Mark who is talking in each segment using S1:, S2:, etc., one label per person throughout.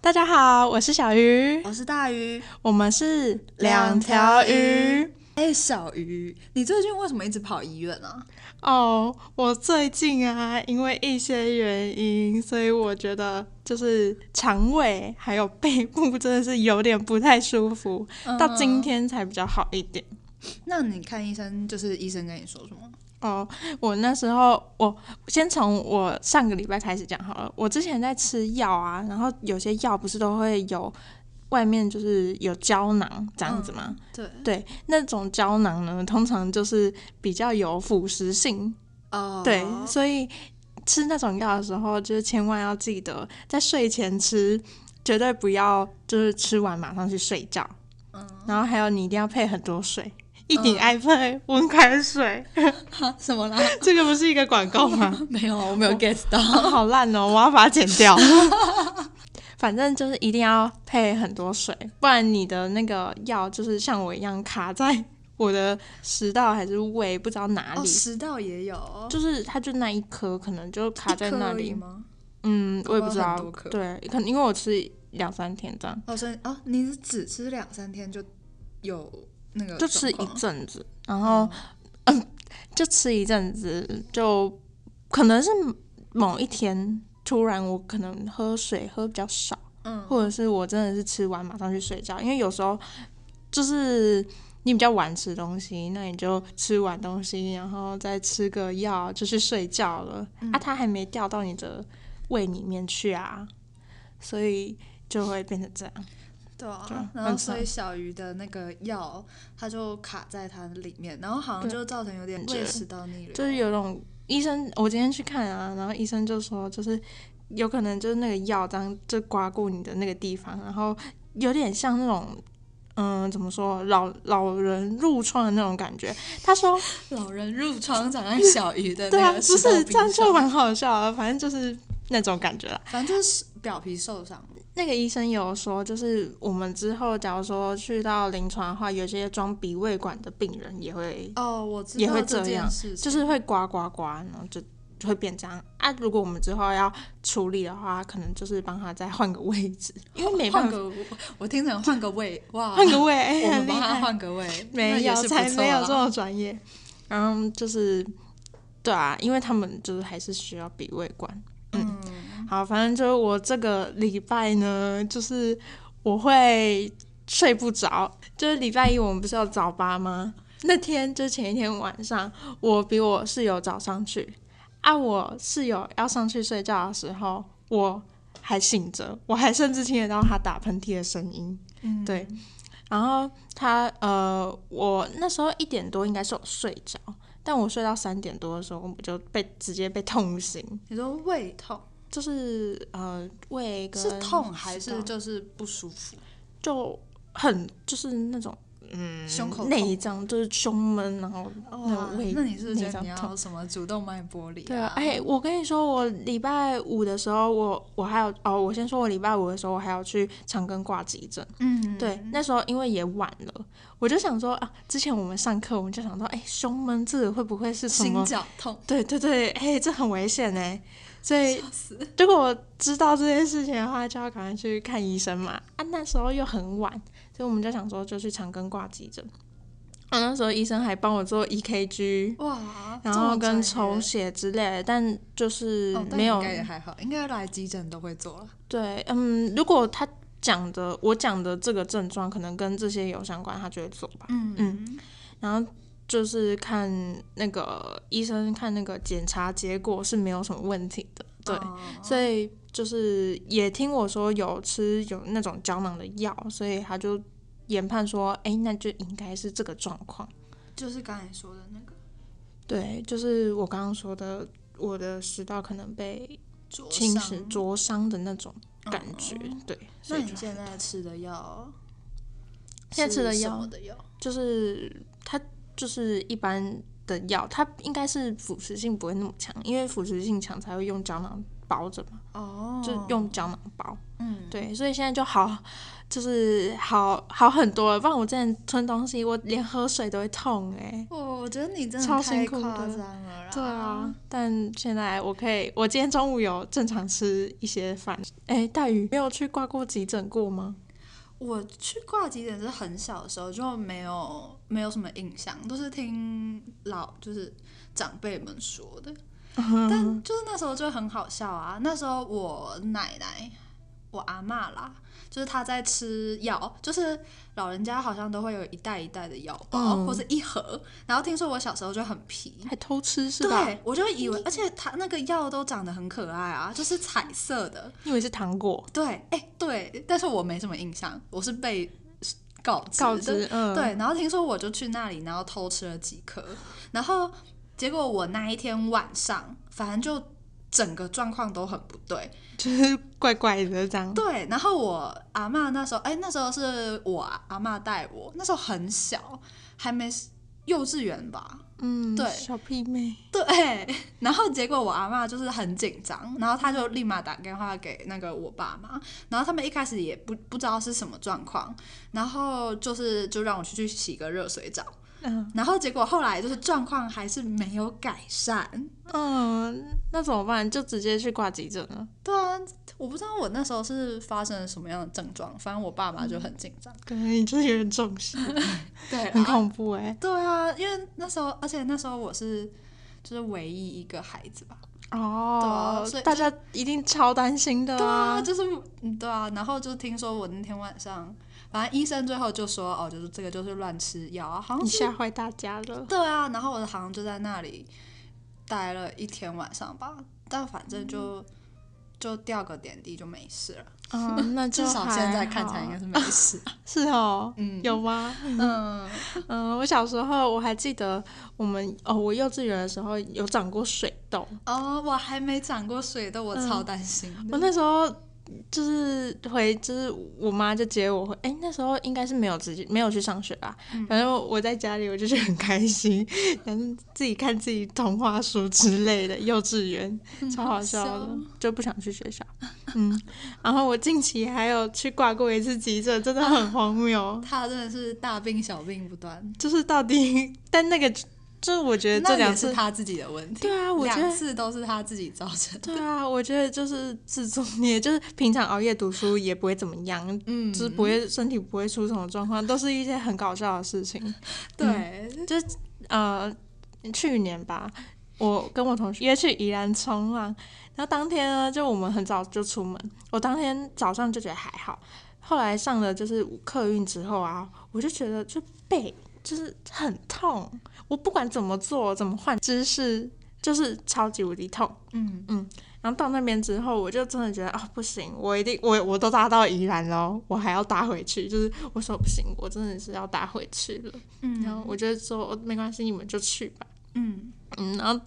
S1: 大家好，我是小鱼，
S2: 我是大鱼，
S1: 我们是
S2: 两条鱼。哎、小鱼，你最近为什么一直跑医院啊？
S1: 哦。我最近啊，因为一些原因，所以我觉得就是肠胃还有背部真的是有点不太舒服，到今天才比较好一点。
S2: 那你看医生，就是医生跟你说什么？
S1: 哦，我那时候我先从我上个礼拜开始讲好了。我之前在吃药啊，然后有些药不是都会有外面就是有胶囊这样子吗？
S2: 嗯？对，
S1: 对，那种胶囊呢，通常就是比较有腐蚀性，
S2: 哦，
S1: 对，所以吃那种药的时候，就是千万要记得在睡前吃，绝对不要就是吃完马上去睡觉。嗯，然后还有你一定要配很多水，一定爱配温开水，
S2: 哈什么啦？
S1: 这个不是一个广告吗？
S2: 没有，我没有 get 到。
S1: 哦好烂哦，我要把它剪掉。 反正就是一定要配很多水，不然你的那个药就是像我一样卡在我的食道还是胃，不知道哪里，
S2: 哦，食道也有，
S1: 就是它就那一颗可能就卡在
S2: 一颗
S1: 那
S2: 而已
S1: 里。
S2: 吗？
S1: 嗯，我也不知
S2: 搞不好
S1: 道
S2: 很多颗，
S1: 对，可能因为我吃两三天这样，
S2: 哦，所以哦，你是只吃两三天就有那个
S1: 就吃一
S2: 状况
S1: 阵子，嗯然后 就吃一阵子，就可能是某一天突然我可能喝水喝比较少，
S2: 嗯，
S1: 或者是我真的是吃完马上去睡觉，因为有时候就是你比较晚吃东西，那你就吃完东西，然后再吃个药就去睡觉了，啊，它还没掉到你的胃里面去啊，所以就会变成这样。
S2: 对
S1: 对
S2: 啊
S1: 啊，
S2: 然
S1: 很
S2: 后所以小鱼的那个药，它就卡在它里面，然后好像
S1: 对
S2: 就造成有点
S1: 感觉
S2: 胃食道逆流，
S1: 就是有种医生，我今天去看啊，然后医生就说，就是有可能就是那个药这样就刮过你的那个地方，然后有点像那种。嗯，怎么说老老人褥疮的那种感觉？他说，
S2: 老人褥疮长 在小鱼的
S1: 对啊，
S2: 那
S1: 不
S2: 个
S1: 是
S2: 食道壁
S1: 这样就
S2: 上
S1: 蛮好笑的，反正就是那种感觉啦。
S2: 反正就是表皮受伤。
S1: 那个医生有说，就是我们之后假如说去到临床的话，有些装鼻胃管的病人也会
S2: 哦，我知道
S1: 也会
S2: 这
S1: 这样
S2: 件事情，
S1: 就是会刮刮刮，然后就就会变这样啊。如果我们之后要处理的话，可能就是帮他再换个位置，因为没办
S2: 换
S1: 法
S2: 个，我听成换个胃，哇，
S1: 换个位，
S2: 我
S1: 哎
S2: 们
S1: 很厉
S2: 帮他
S1: 害，
S2: 换个胃，那
S1: 没
S2: 也
S1: 有
S2: 是不
S1: 才
S2: 错
S1: 没有
S2: 啊
S1: 这么专业。然后嗯就是对啊，因为他们就是还是需要鼻胃管。
S2: 嗯，
S1: 好，反正就是我这个礼拜呢，就是我会睡不着。就是礼拜一我们不是有早八吗？那天就前一天晚上，我比我室友早上去。啊，我室友要上去睡觉的时候，我还醒着，我还甚至听得到他打喷嚏的声音。
S2: 嗯
S1: 对。然后他呃，我那时候一点多应该是有睡着，但我睡到三点多的时候，我就被直接被痛醒。
S2: 你说胃痛
S1: 就是呃胃跟
S2: 是痛还
S1: 食
S2: 是
S1: 道
S2: 就是不舒服？
S1: 就很就是那种嗯
S2: 胸口痛
S1: 内脏就是胸闷，然后
S2: 哇
S1: 哦胃
S2: 那你是不是
S1: 内
S2: 觉得
S1: 脏
S2: 你要
S1: 痛
S2: 什么主动脉剥离？
S1: 对啊，哎、我跟你说，我礼拜五的时候，我我还有哦，我先说，我礼拜五的时候，我还要去长庚挂急诊。
S2: 嗯，
S1: 对，那时候因为也晚了，我就想说啊，之前我们上课我们就想说，哎、胸闷这个会不会是什
S2: 心
S1: 么？
S2: 绞痛，
S1: 对对 对，哎、这很危险呢。所以
S2: 笑死，
S1: 如果我知道这件事情的话，就要赶快去看医生嘛。啊，那时候又很晚，所以我们就想说就去长庚挂急诊。啊，那时候医生还帮我做 EKG，
S2: 哇，
S1: 然
S2: 这么
S1: 后跟
S2: 专业
S1: 抽血之类的，但就是
S2: 哦，但
S1: 没有、
S2: 应该也还好，应该来急诊都会做了。
S1: 对，嗯，如果他讲的我讲的这个症状可能跟这些有相关，他就会做吧。
S2: 嗯嗯，
S1: 然后就是看那个医生看那个检查结果是没有什么问题的，对。
S2: 哦
S1: 所以就是也听我说有吃有那种胶囊的药，所以他就研判说，哎、那就应该是这个状况。
S2: 就是刚才说的那个
S1: 对，就是我刚刚说的，我的食道可能被
S2: 灼
S1: 侵
S2: 伤哦
S1: 蚀、灼伤的那种感觉。对，所
S2: 那
S1: 以
S2: 你
S1: 就
S2: 现在吃的药，
S1: 现在吃的
S2: 是什
S1: 药
S2: 么的药？
S1: 就是它就是一般的药，它应该是腐蚀性不会那么强，因为腐蚀性强才会用胶囊包着嘛，
S2: 哦，
S1: 就用胶囊包。
S2: 嗯，
S1: 对，所以现在就好就是好好很多了。不然我之前吞东西，我连喝水都会痛哎、
S2: 哦我我觉得你真
S1: 超
S2: 的
S1: 辛
S2: 太
S1: 苦的
S2: 夸张了啦。
S1: 对啊，，但现在我可以，我今天中午有正常吃一些饭。哎，大鱼没有去挂过急诊过吗？
S2: 嗯我去挂急诊是很小的时候，就没有没有什么印象，都是听老就是长辈们说的。
S1: 嗯
S2: 但就是那时候就很好笑啊！那时候我奶奶，我阿嬷啦，就是她在吃药，就是老人家好像都会有一袋一袋的药包、
S1: 嗯
S2: 或是一盒。然后听说我小时候就很皮，
S1: 还偷吃是嗯吧？
S2: 对我就以为，而且它那个药都长得很可爱啊，就是彩色的。
S1: 因为是糖果
S2: 对，哎、对，但是我没什么印象，我是被告知
S1: 告
S2: 的
S1: 知，嗯，，
S2: 对，然后听说我就去那里，然后偷吃了几颗，然后结果我那一天晚上，反正就整个状况都很不对。
S1: 就是怪怪的这样。
S2: 对，然后我阿嬷那时候，哎、那时候是我阿嬷带我，那时候很小，还没幼稚园吧。
S1: 嗯，
S2: 对
S1: 小屁妹，
S2: 对，然后结果我阿嬷就是很紧张，然后她就立马打电话给那个我爸妈，然后他们一开始也不不知道是什么状况，然后就是就让我去去洗个热水澡，
S1: 嗯
S2: 然后结果后来就是状况还是没有改善。
S1: 嗯，那怎么办？就直接去挂急诊了。
S2: 对啊，我不知道我那时候是发生了什么样的症状，反正我爸妈就很紧张。
S1: 感觉你就是有点重视，
S2: 对
S1: 嗯很
S2: 然后
S1: 恐怖哎、
S2: 对啊，因为那时候，而且那时候我是就是唯一一个孩子吧。
S1: 哦，
S2: 对啊所以
S1: 大家一定超担心的
S2: 对啊，
S1: 啊。
S2: 就是嗯对啊，然后就听说我那天晚上，反正医生最后就说哦，就是这个就是乱吃药啊，好像
S1: 你
S2: 是
S1: 吓坏大家了。
S2: 对啊，然后我好像就在那里待了一天晚上吧，但反正就、就掉个点滴就没事了，
S1: 嗯， 那就
S2: 至少现在
S1: 还
S2: 看起来
S1: 好
S2: 应该是没 事。
S1: 是哦，
S2: 嗯
S1: 有吗？
S2: 嗯，
S1: 嗯，我小时候我还记得我们哦，我幼稚园的时候有长过水痘，
S2: 哦，我还没长过水痘，我超担心的。
S1: 嗯我那时候就是回，就是我妈就接我回，哎、那时候应该是没有直接没有去上学吧，
S2: 嗯
S1: 反正我在家里我就是很开心， 反正自己看自己童话书之类的，幼稚园超好笑
S2: 嗯好
S1: 的
S2: 笑，
S1: 就不想去学 校。嗯，然后我近期还有去挂过一次急诊，真的很荒谬，
S2: 他真的是大病小病不断，
S1: 就是到底， 但那个就是我觉得这
S2: 那
S1: 两
S2: 也是
S1: 次。
S2: 他自己的问题。
S1: 对啊，我觉得
S2: 两次都是他自己造成的。
S1: 对啊，我觉得就是自作孽，就是平常熬夜读书也不会怎么样，
S2: 嗯
S1: 就是不会身体不会出什么状况，都是一些很搞笑的事情。
S2: 对，
S1: 呃，去年吧，我跟我同学约去宜兰冲浪，然后当天呢，就我们很早就出门，我当天早上就觉得还好，后来上了就是客运之后啊，我就觉得就背就是很痛，我不管怎么做怎么换姿势，就是超级无敌痛。
S2: 嗯，
S1: 然后到那边之后，我就真的觉得啊、不行，我一定我我都搭到宜兰喽，我还要搭回去，就是我说不行，我真的是要搭回去了。
S2: 嗯
S1: 然后我就说、哦没关系，你们就去吧。
S2: 嗯
S1: 嗯，然后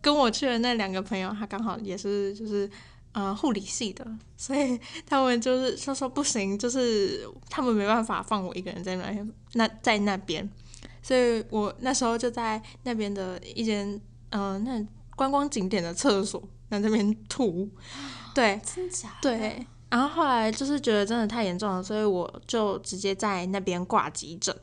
S1: 跟我去的那两个朋友，他刚好也是就是呃护理系的，所以 他们就是说说不行，就是他们没办法放我一个人在那边那在那边，所以我那时候就在那边的一间嗯、呃那观光景点的厕所，那这边吐， 对，
S2: 真假？
S1: 对，然后后来就是觉得真的太严重了，所以我就直接在那边挂急诊，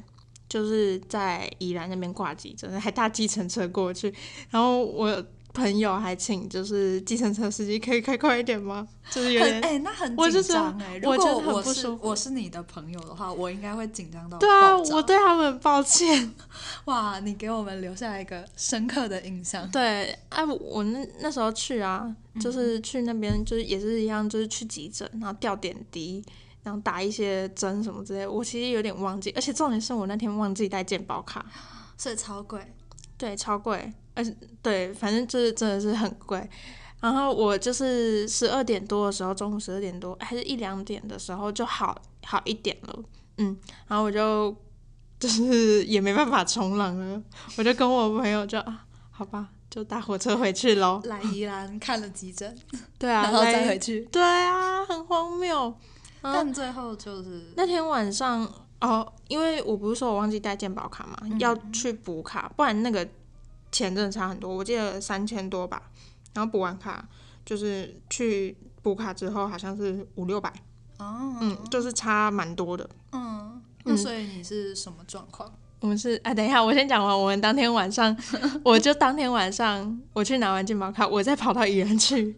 S1: 就是在宜兰那边挂急诊，还搭计程车过去。然后我朋友还请就是计程车司机可以开快一点吗？就是有
S2: 很
S1: 点。
S2: 哎、那很
S1: 我就
S2: 紧
S1: 觉得
S2: 张哎。如
S1: 我觉
S2: 果
S1: 得很
S2: 我
S1: 不
S2: 是
S1: 舒服
S2: 我是你的朋友的话，我应该会紧张到
S1: 对啊，
S2: 爆炸
S1: 我对他们很抱歉。
S2: 哇，你给我们留下一个深刻的 印象。
S1: 对，啊，我我那那时候去啊，
S2: 嗯
S1: 就是去那边，就是也是一样，就是去急诊，然后吊点滴，然后打一些针什么之类的。我其实有点忘记，而且重点是我那天忘记带健保卡。
S2: 所以超贵，
S1: 对，超贵，而且对，反正就是真的是很贵。然后我就是十二点多的时候，中午十二点多还是一两点的时候就好好一点了，嗯，然后我就就是 也没办法冲浪了，我就跟我朋友就啊，好吧，就搭火车回去喽。
S2: 来宜兰看了急诊，
S1: 对啊，
S2: 然后再
S1: 来
S2: 回去，
S1: 对啊，很荒谬。嗯
S2: 但最后就是
S1: 那天晚上哦，因为我不是说我忘记带健保卡嘛，要去补卡，不然那个钱真的差很多，我记得三千多吧。然后补完卡就是去补卡之后，好像是五六百，
S2: 哦，
S1: 嗯，就是差蛮多的。
S2: 嗯，那所以你是什么状况？
S1: 我们是啊，等一下，我先讲完。我们当天晚 上，我就当天晚上我去拿完健保卡，我再跑到宜兰 去，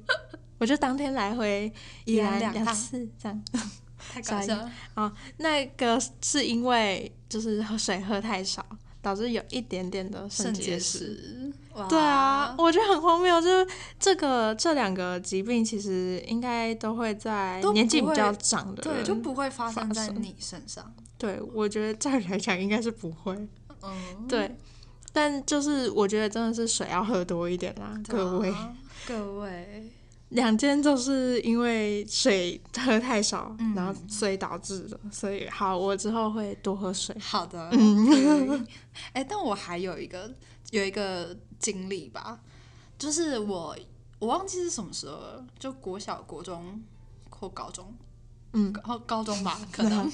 S1: 我就当天来回宜
S2: 宜兰
S1: 兰
S2: 两
S1: 两
S2: 趟
S1: 次这样。
S2: 太搞笑了。
S1: 那个是因为就是喝水喝太少，导致有一点点的
S2: 肾
S1: 结
S2: 结
S1: 石。
S2: 石，哇
S1: 对啊，，我觉得很荒谬，就是这个这两个疾病其实应该都会在
S2: 都不
S1: 年纪比
S2: 会
S1: 较长的
S2: 对，
S1: 人。
S2: 就不会发生
S1: 发
S2: 在
S1: 生
S2: 你身上。
S1: 对，我觉得照理来讲应该是不会。
S2: 嗯，
S1: 对，但就是我觉得真的是水要喝多一点啦，
S2: 对啊
S1: 各位。
S2: 各位，
S1: 两间都是因为水喝太少，
S2: 嗯
S1: 然后所以导致的。所以好，我之后会多喝水。
S2: 好的，嗯，哎，但我还有一个有一个经历吧，就是我我忘记是什么时候了，就国小、国中或高中，
S1: 嗯
S2: 高，后高中吧，可能，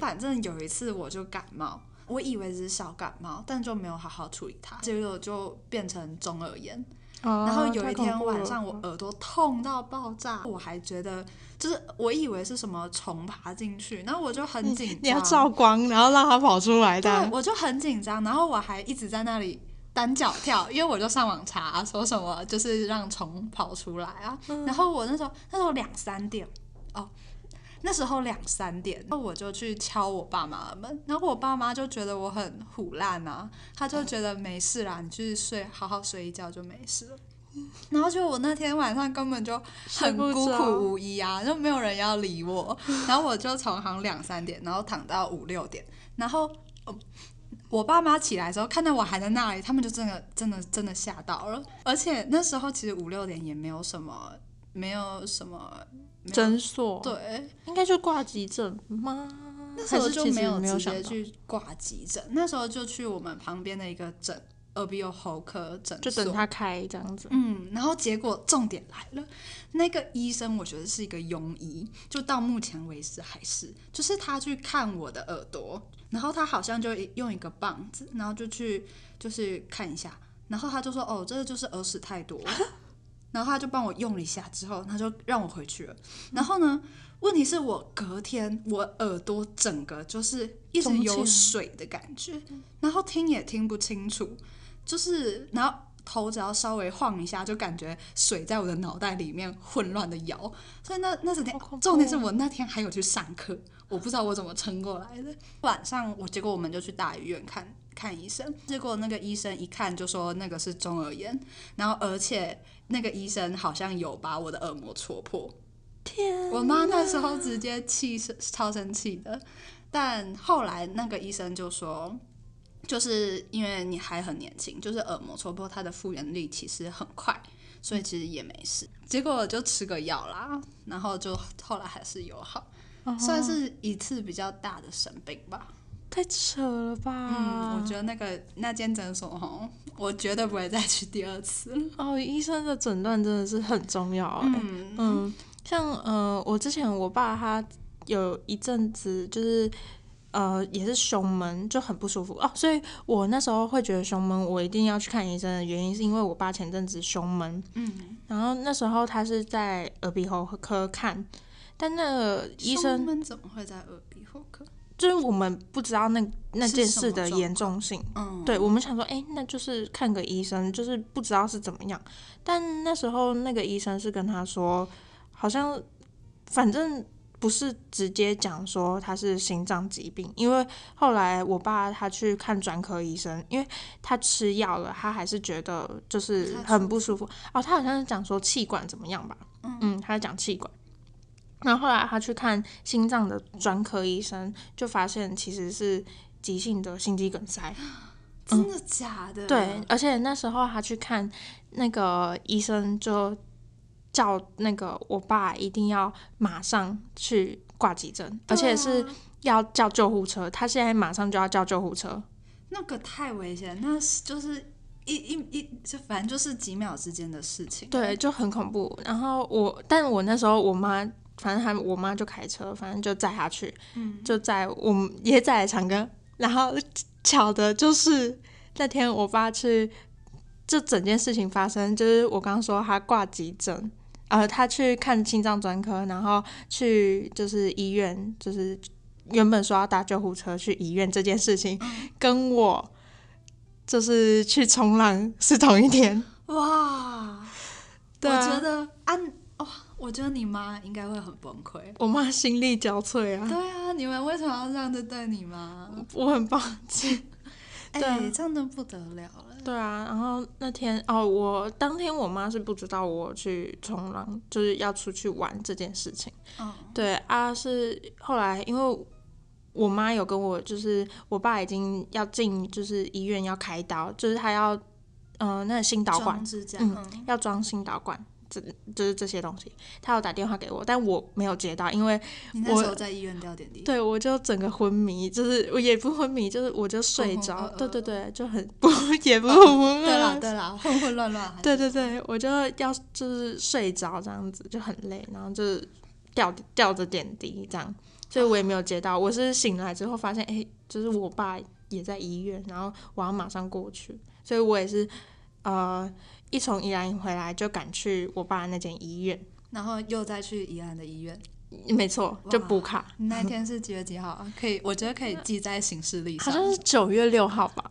S2: 反正有一次我就感冒。我以为只是小感冒，但就没有好好处理它，结果就变成中耳炎。然
S1: 然
S2: 后有一天晚上，我耳朵痛到爆炸，我还觉得就是我以为是什么虫爬进去，然后我就很紧张。
S1: 嗯你要照光，然后让它跑出来
S2: 对，
S1: 的。
S2: 我就很紧张，然后我还一直在那里单脚跳，因为我就上网查说什么就是让虫跑出来啊。
S1: 嗯
S2: 然后我那时候那时候两三点哦，那时候两三点，然后我就去敲我爸妈的门，然后我爸妈就觉得我很虎烂啊，他就觉得没事啦，你去睡，好好睡一觉就没事了。然后就我那天晚上根本就
S1: 睡
S2: 很
S1: 不
S2: 孤
S1: 着
S2: 苦无依啊，就没有人要理我。然后我就从好像两三点，然后躺到五六点，然后。呃我爸妈起来的时候，看到我还在那里，他们就真的、真的、真的吓到了。而且那时候其实五六点也没有什么，没有什么，没有
S1: 诊所
S2: 对，
S1: 应该就挂急诊吗？
S2: 那时候
S1: 还是
S2: 就
S1: 其实
S2: 没有
S1: 没有
S2: 直
S1: 想
S2: 接
S1: 到，
S2: 去挂急诊，那时候就去我们旁边的一个诊耳鼻喉喉科诊
S1: 就
S2: 所，
S1: 等它开这样子。
S2: 嗯，然后结果重点来了，那个医生我觉得是一个庸医，就到目前为止还是，就是他去看我的耳朵，然后他好像就用一个棒子，然后就去就是看一下，然后他就说哦，这个就是耳屎太 多，然后他就帮我用了一下之后，他就让我回去了。然后呢，问题是我隔天我耳朵整个就是一直
S1: 肿起
S2: 有
S1: 来
S2: 水的感觉，然后听也听不清楚，就是然后。头只要稍微晃一下，就感觉水在我的脑袋里面混乱的摇，所以那那整天
S1: 好恐怖哦
S2: 重点是我那天还有去上课，我不知道我怎么撑过来的。晚上我结果我们就去大医院看看医生，结果那个医生一看就说那个是中耳炎，然后而且那个医生好像有把我的耳膜戳破。
S1: 天，
S2: 我妈那时候直接气生超生气的，但后来那个医生就说，就是因为你还很年轻，就是耳膜戳破，它的复原力其实很快，所以其实也没事。结果就吃个药啦，然后就后来还是有好，
S1: 哦
S2: 算是一次比较大的生病吧。
S1: 太扯了吧？
S2: 嗯，我觉得那个那间诊所哈，我绝对不会再去第二次了。
S1: 哦，医生的诊断真的是很重要哎、
S2: 嗯
S1: 嗯，像呃，我之前我爸他有一阵子就是呃也是胸闷，就很不舒服哦，所以我那时候会觉得胸闷，我一定要去看医生的原因是因为我爸前阵子胸闷，
S2: 嗯，
S1: 然后那时候他是在耳鼻喉科看，但那个医
S2: 胸
S1: 生
S2: 闷怎么会在耳鼻喉科？
S1: 就是我们不知道那那
S2: 是
S1: 件
S2: 什
S1: 事
S2: 么
S1: 的
S2: 状
S1: 严重性，
S2: 嗯，
S1: 对，我们想说，哎、那就是看个医生，就是不知道是怎么样。但那时候那个医生是跟他说，好像呃反正不是直接讲说他是心脏疾病，因为后来我爸他去看专科医生，因为他吃药了，他还是觉得就是
S2: 不太
S1: 很不舒服。哦，他好像是讲说气管怎么样吧？嗯，他讲气管。然后后来他去看心脏的专科医生，就发现其实是急性的心肌梗塞。
S2: 真的假的？
S1: 嗯对，而且那时候他去看那个医生，就叫那个我爸一定要马上去挂急诊，而且是
S2: 对啊
S1: 要叫救护车。他现在马上就要叫救护车。
S2: 那个太危险，那是就是一一一，就反正就是几秒之间的事情。
S1: 对，，就很恐怖。然后我，但我那时候我妈，反正她我妈就开车，反正就载她去，
S2: 嗯
S1: 就载我们也载了长庚。然后巧的就是那天我爸去，这整件事情发生，就是我刚刚说他挂急诊，呃，他去看心脏专科，然后去就是医院，就是原本说要搭救护车去医院这件事情，
S2: 嗯
S1: 跟我就是去冲浪是同一天。
S2: 哇，
S1: 对啊
S2: 我觉得安哇、我觉得你妈应该会很崩溃。
S1: 我妈心力交瘁啊，
S2: 对啊，你们为什么要这样对待你妈？
S1: 我很抱歉。
S2: 哎、
S1: 对啊
S2: 这样的不得了了。
S1: 对啊，然后那天哦，我当天我妈是不知道我去冲浪，就是要出去玩这件事情。
S2: 嗯，
S1: 对啊，是后来因为我妈有跟我，就是我爸已经要进，就是医院要开刀，就是他要，嗯、那个心导管
S2: 装支架，
S1: 嗯
S2: 嗯
S1: 要装心导管，这就是这些东西，他有打电话给我，但我没有接到，因为
S2: 你那时候在医院吊点滴，
S1: 对我就整个昏迷，就是我也不昏迷，就是我就睡着，
S2: 嗯嗯嗯哦
S1: 对对对，就很不 也不昏
S2: 对啦
S1: 了。
S2: 对啦，混混乱乱还是。
S1: 嗯对对对，我就要就是睡着这样子，就很累，然后就是吊吊着点滴这样，所以我也没有接到。我是醒来之后发现，哎、就是我爸也在医院，然后我要马上过去，所以我也是呃一从宜兰回来就赶去我爸那间医院，
S2: 然后又再去宜兰的医院。
S1: 没错，就补卡，
S2: 你那天是几月几号啊？可以，我觉得可以记在行事历
S1: 好
S2: 上。
S1: 像是九月六号吧。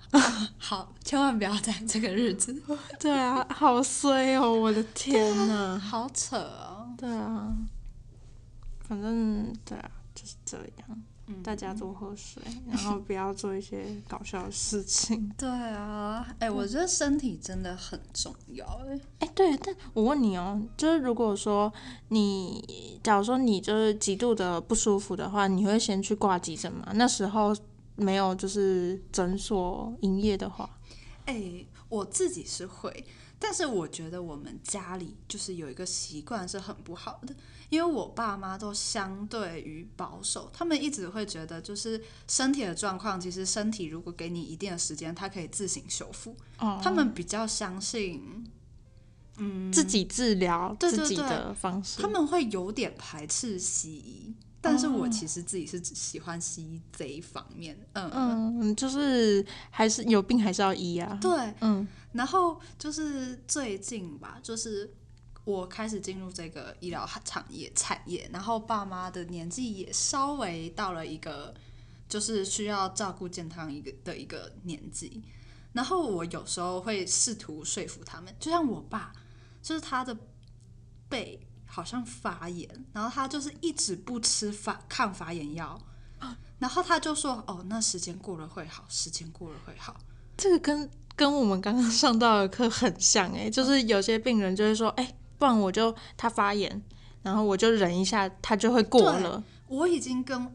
S2: 好，千万不要在这个日子，
S1: 对啊，好衰哦，我的天呐、
S2: 好扯哦。
S1: 对啊，反正对啊，就是这样。
S2: 嗯。
S1: 大家多喝水，然后不要做一些搞笑的事 情
S2: 对啊，哎、我觉得身体真的很重要。哎
S1: 哎、对，但我问你哦，就是如果说你，假如说你就是极度的不舒服的话，你会先去挂急诊吗？那时候没有就是诊所营业的话，
S2: 哎、我自己是会，但是我觉得我们家里就是有一个习惯是很不好的，因为我爸妈都相对于保守，他们一直会觉得就是身体的状况，其实身体如果给你一定的时间，它可以自行修复。
S1: 哦，
S2: 他们比较相信，嗯，
S1: 自己治疗
S2: 对对
S1: 自己
S2: 对
S1: 的方式。
S2: 他们会有点排斥西医，但是我
S1: 哦
S2: 其实自己是喜欢西医这一方面，嗯。
S1: 嗯，就是还是有病还是要医啊。
S2: 对，
S1: 嗯，
S2: 然后就是最近吧，就是我开始进入这个医疗产业产业，然后爸妈的年纪也稍微到了一个就是需要照顾健康一个的一个年纪，然后我有时候会试图说服他们，就像我爸，就是他的背好像发炎，然后他就是一直不吃发抗发炎药。
S1: 哦
S2: 然后他就说：“哦，那时间过了会好，时间过了会好。”
S1: 这个跟跟我们刚刚上到的课很像哎、就是
S2: 嗯
S1: 有些病人就会说，哎、不然我就他发炎，然后我就忍一下，他就会过了。
S2: 我已经跟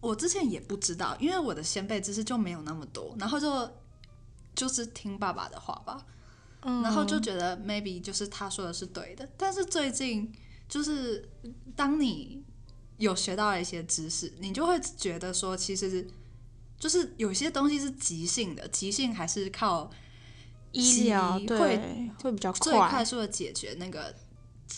S2: 我之前也不知道，因为我的先辈知识就没有那么多，然后就就是听爸爸的话吧，
S1: 嗯，
S2: 然后就觉得 maybe 就是他说的是对的，但是最近就是当你有学到了一些知识，你就会觉得说，其实就是有些东西是急性的，急性还是靠
S1: 医疗
S2: 西医
S1: 对
S2: 会
S1: 会比较
S2: 最快速的解决那个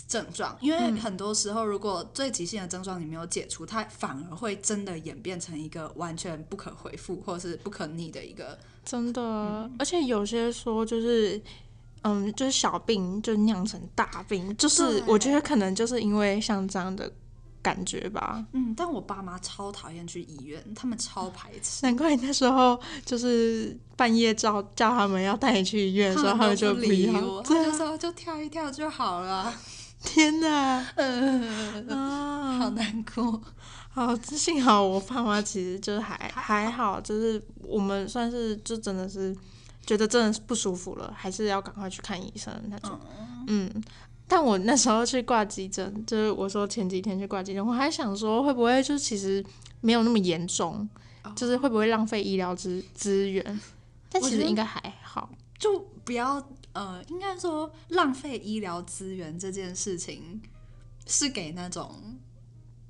S2: 症状，因
S1: 嗯
S2: 为很多时候如果最急性的症状你没有解除，它反而会真的演变成一个完全不可回复或是不可逆的一个。
S1: 真的，
S2: 嗯
S1: 而且有些说就是。嗯，就是小病就酿成大病，就是
S2: 对
S1: 我觉得可能就是因为像这样的感觉吧。
S2: 嗯，但我爸妈超讨厌去医院，他们超排 斥，
S1: 难怪你那时候就是半夜叫叫他们要带你去医院的时候，他们
S2: 都
S1: 就
S2: 不理
S1: 要。
S2: 我，他
S1: 对
S2: 们
S1: 啊
S2: 就说就跳一跳就好了。
S1: 天哪！
S2: 嗯，
S1: 啊，
S2: 好难过。
S1: 好，幸好我爸妈其实就是还还好，就是我们算是就真的是觉得真的是不舒服了，还是要赶快去看医生那种。嗯但我那时候去挂急诊，就是我说前几天去挂急诊，我还想说会不会就其实没有那么严重，就是会不会浪费医疗资资源？但
S2: 哦我
S1: 其实
S2: 觉得
S1: 应该还好。
S2: 就不要呃，应该说浪费医疗资源这件事情是给那种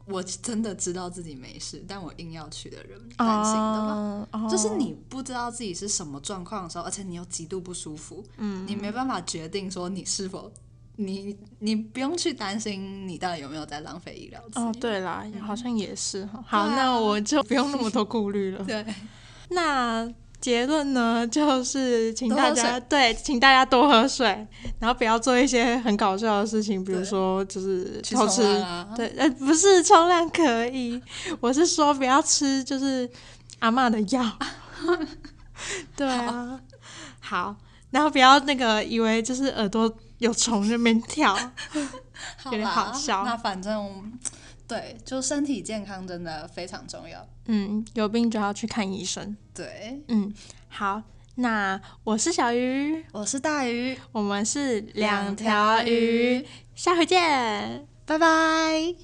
S2: 我真的知道自己没事，但我硬要去的人担心的吧。
S1: 哦哦
S2: 就是你不知道自己是什么状况的时候，而且你又极度不舒服，嗯，你没办法决定说你是否你你不用去担心你到底有没有在浪费医疗资源。
S1: 哦，对啦，好像也是哈。好，
S2: 对啊
S1: 那我就不用那么多顾虑了。
S2: 对，
S1: 那结论呢，就是请
S2: 多
S1: 大
S2: 喝
S1: 家
S2: 水
S1: 对，请大家多喝水，然后不要做一些很搞笑的事情，比如
S2: 对
S1: 说就是
S2: 去
S1: 偷
S2: 冲
S1: 吃
S2: 浪啊，
S1: 对，呃，不是冲浪可以，我是说不要吃就是阿嬷的 药，对啊，好，然后不要那个以为就是耳朵有虫在那边跳，
S2: 好
S1: 有点
S2: 啦
S1: 好笑
S2: 那反正我们对，就身体健康真的非常重要。
S1: 嗯，有病就要去看医生，
S2: 对，
S1: 嗯，好，那我是小鱼。
S2: 我是大鱼，
S1: 我们是两条鱼，，下回见。
S2: 拜拜。